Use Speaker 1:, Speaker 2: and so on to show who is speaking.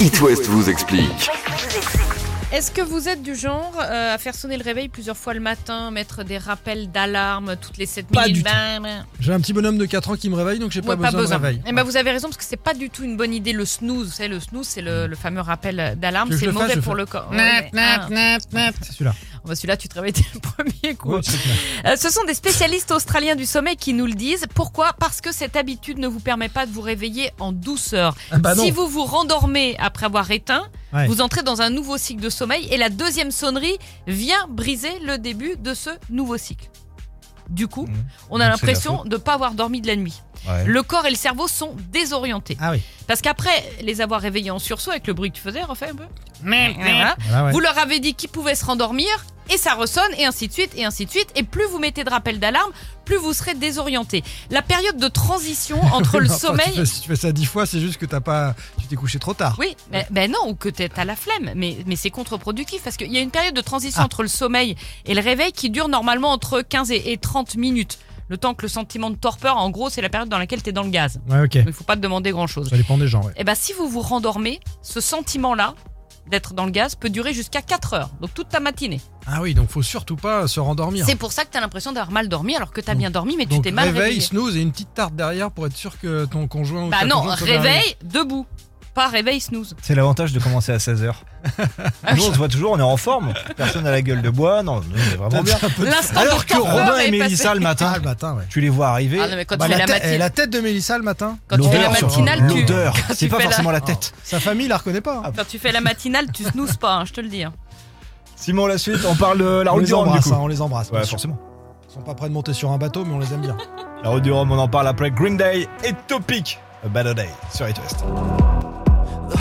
Speaker 1: It West vous explique.
Speaker 2: Est-ce que vous êtes du genre euh, à faire sonner le réveil plusieurs fois le matin, mettre des rappels d'alarme toutes les 7
Speaker 3: Pas
Speaker 2: minutes Bah,
Speaker 3: du tout.
Speaker 2: Bam, bam.
Speaker 3: J'ai un petit bonhomme de 4 ans qui me réveille, donc j'ai
Speaker 2: Ouais,
Speaker 3: pas, besoin de réveil.
Speaker 2: Eh ben, vous avez raison parce que c'est pas du tout une bonne idée le snooze. Vous savez, le snooze, c'est le, le fameux rappel d'alarme.
Speaker 3: Que je
Speaker 2: C'est
Speaker 3: le fasse,
Speaker 2: mauvais
Speaker 3: je
Speaker 2: pour
Speaker 3: fais.
Speaker 2: le corps. Ouais,
Speaker 3: Nap,
Speaker 2: mais, hein.
Speaker 3: nap, nap, nap. C'est celui-là.
Speaker 2: Oh, bah, Celui-là, tu te réveilles dès le premier coup.
Speaker 3: Ouais, c'est celui-là.
Speaker 2: Euh, ce sont des spécialistes australiens du sommeil qui nous le disent. Pourquoi Parce que cette habitude ne vous permet pas de vous réveiller en douceur.
Speaker 3: Ah bah non.
Speaker 2: si vous vous rendormez après avoir éteint,
Speaker 3: Ouais.
Speaker 2: vous entrez dans un nouveau cycle de sommeil et la deuxième sonnerie vient briser le début de ce nouveau cycle. Du coup,
Speaker 4: Mmh.
Speaker 2: on a
Speaker 4: Donc c'est la
Speaker 2: l'impression de ne pas avoir dormi de la nuit.
Speaker 4: Ouais.
Speaker 2: Le corps et le cerveau sont désorientés.
Speaker 3: Ah oui.
Speaker 2: Parce qu'après les avoir réveillés en sursaut avec le bruit que tu faisais, refais un peu. Voilà.
Speaker 3: Voilà, ouais.
Speaker 2: Vous leur avez dit qu'ils pouvaient se rendormir et ça ressonne et ainsi de suite et ainsi de suite. Et plus vous mettez de rappels d'alarme, plus vous serez désorienté. La période de transition entre le
Speaker 3: Non, enfin, tu
Speaker 2: sommeil.
Speaker 3: fais- si tu fais ça 10 fois, c'est juste que t'as pas, tu t'es couché trop tard.
Speaker 2: Oui, ben, ben non, ou que t'es à la flemme, mais, mais c'est contre-productif parce qu'il y a une période de transition
Speaker 3: Ah.
Speaker 2: entre le sommeil et le réveil qui dure normalement entre 15 et et 30 minutes. Le temps que le sentiment de torpeur, en gros, c'est la période dans laquelle t'es dans le gaz.
Speaker 3: Ouais, ok.
Speaker 2: Il ne faut pas te demander grand-chose.
Speaker 3: Ça dépend des gens, ouais.
Speaker 2: Eh ben, si vous vous rendormez, ce sentiment-là d'être dans le gaz peut durer jusqu'à 4 heures, donc toute ta matinée.
Speaker 3: Ah oui, donc faut surtout pas se rendormir.
Speaker 2: C'est pour ça que tu as l'impression d'avoir mal dormi alors que tu as
Speaker 3: Donc-
Speaker 4: Mmh.
Speaker 2: bien dormi mais tu
Speaker 3: Donc
Speaker 2: t'es mal
Speaker 3: réveil,
Speaker 2: réveillé.
Speaker 3: snooze et une petite tarte derrière pour être sûr que ton conjoint ou
Speaker 2: Bah
Speaker 3: ta
Speaker 2: non,
Speaker 3: conjointe soit bien réveillée.
Speaker 2: réveil debout, pas réveil snooze.
Speaker 4: C'est l'avantage de commencer à 16h. Nous, on se voit toujours, on est en forme. Personne à la gueule de bois. Non, nous, on est vraiment bien.
Speaker 2: L'instant
Speaker 4: Alors
Speaker 2: de
Speaker 4: que
Speaker 2: torpeur
Speaker 4: Robin
Speaker 2: est
Speaker 4: et
Speaker 2: passé.
Speaker 4: Mélissa le
Speaker 3: Ah,
Speaker 4: matin,
Speaker 3: le matin, ouais.
Speaker 4: tu les vois arriver.
Speaker 2: Ah non, mais quand
Speaker 3: Bah,
Speaker 2: tu fais la,
Speaker 3: tête- eh,
Speaker 2: matinale,
Speaker 3: la tête de Mélissa le matin.
Speaker 2: quand tu fais la
Speaker 4: l'odeur sur-
Speaker 2: matinale, tu
Speaker 4: L'odeur,
Speaker 2: quand
Speaker 4: c'est
Speaker 2: tu
Speaker 4: pas
Speaker 2: fais la-
Speaker 4: forcément la tête.
Speaker 3: Sa famille la reconnaît pas. hein.
Speaker 2: quand tu fais la matinale, tu snoozes pas, hein, je te le dis. hein.
Speaker 4: Oh. Simon, la suite, Ah, on parle de la
Speaker 3: on
Speaker 4: route
Speaker 3: les
Speaker 4: du Rhum du
Speaker 3: embrasse,
Speaker 4: coup.
Speaker 3: hein, on les embrasse.
Speaker 4: Ouais,
Speaker 3: bien sûr.
Speaker 4: forcément.
Speaker 3: Ils sont pas prêts de monter sur un bateau, mais on les aime bien.
Speaker 4: La route du Rhum, on en parle après Green Day et Topic. A Better Day sur It West.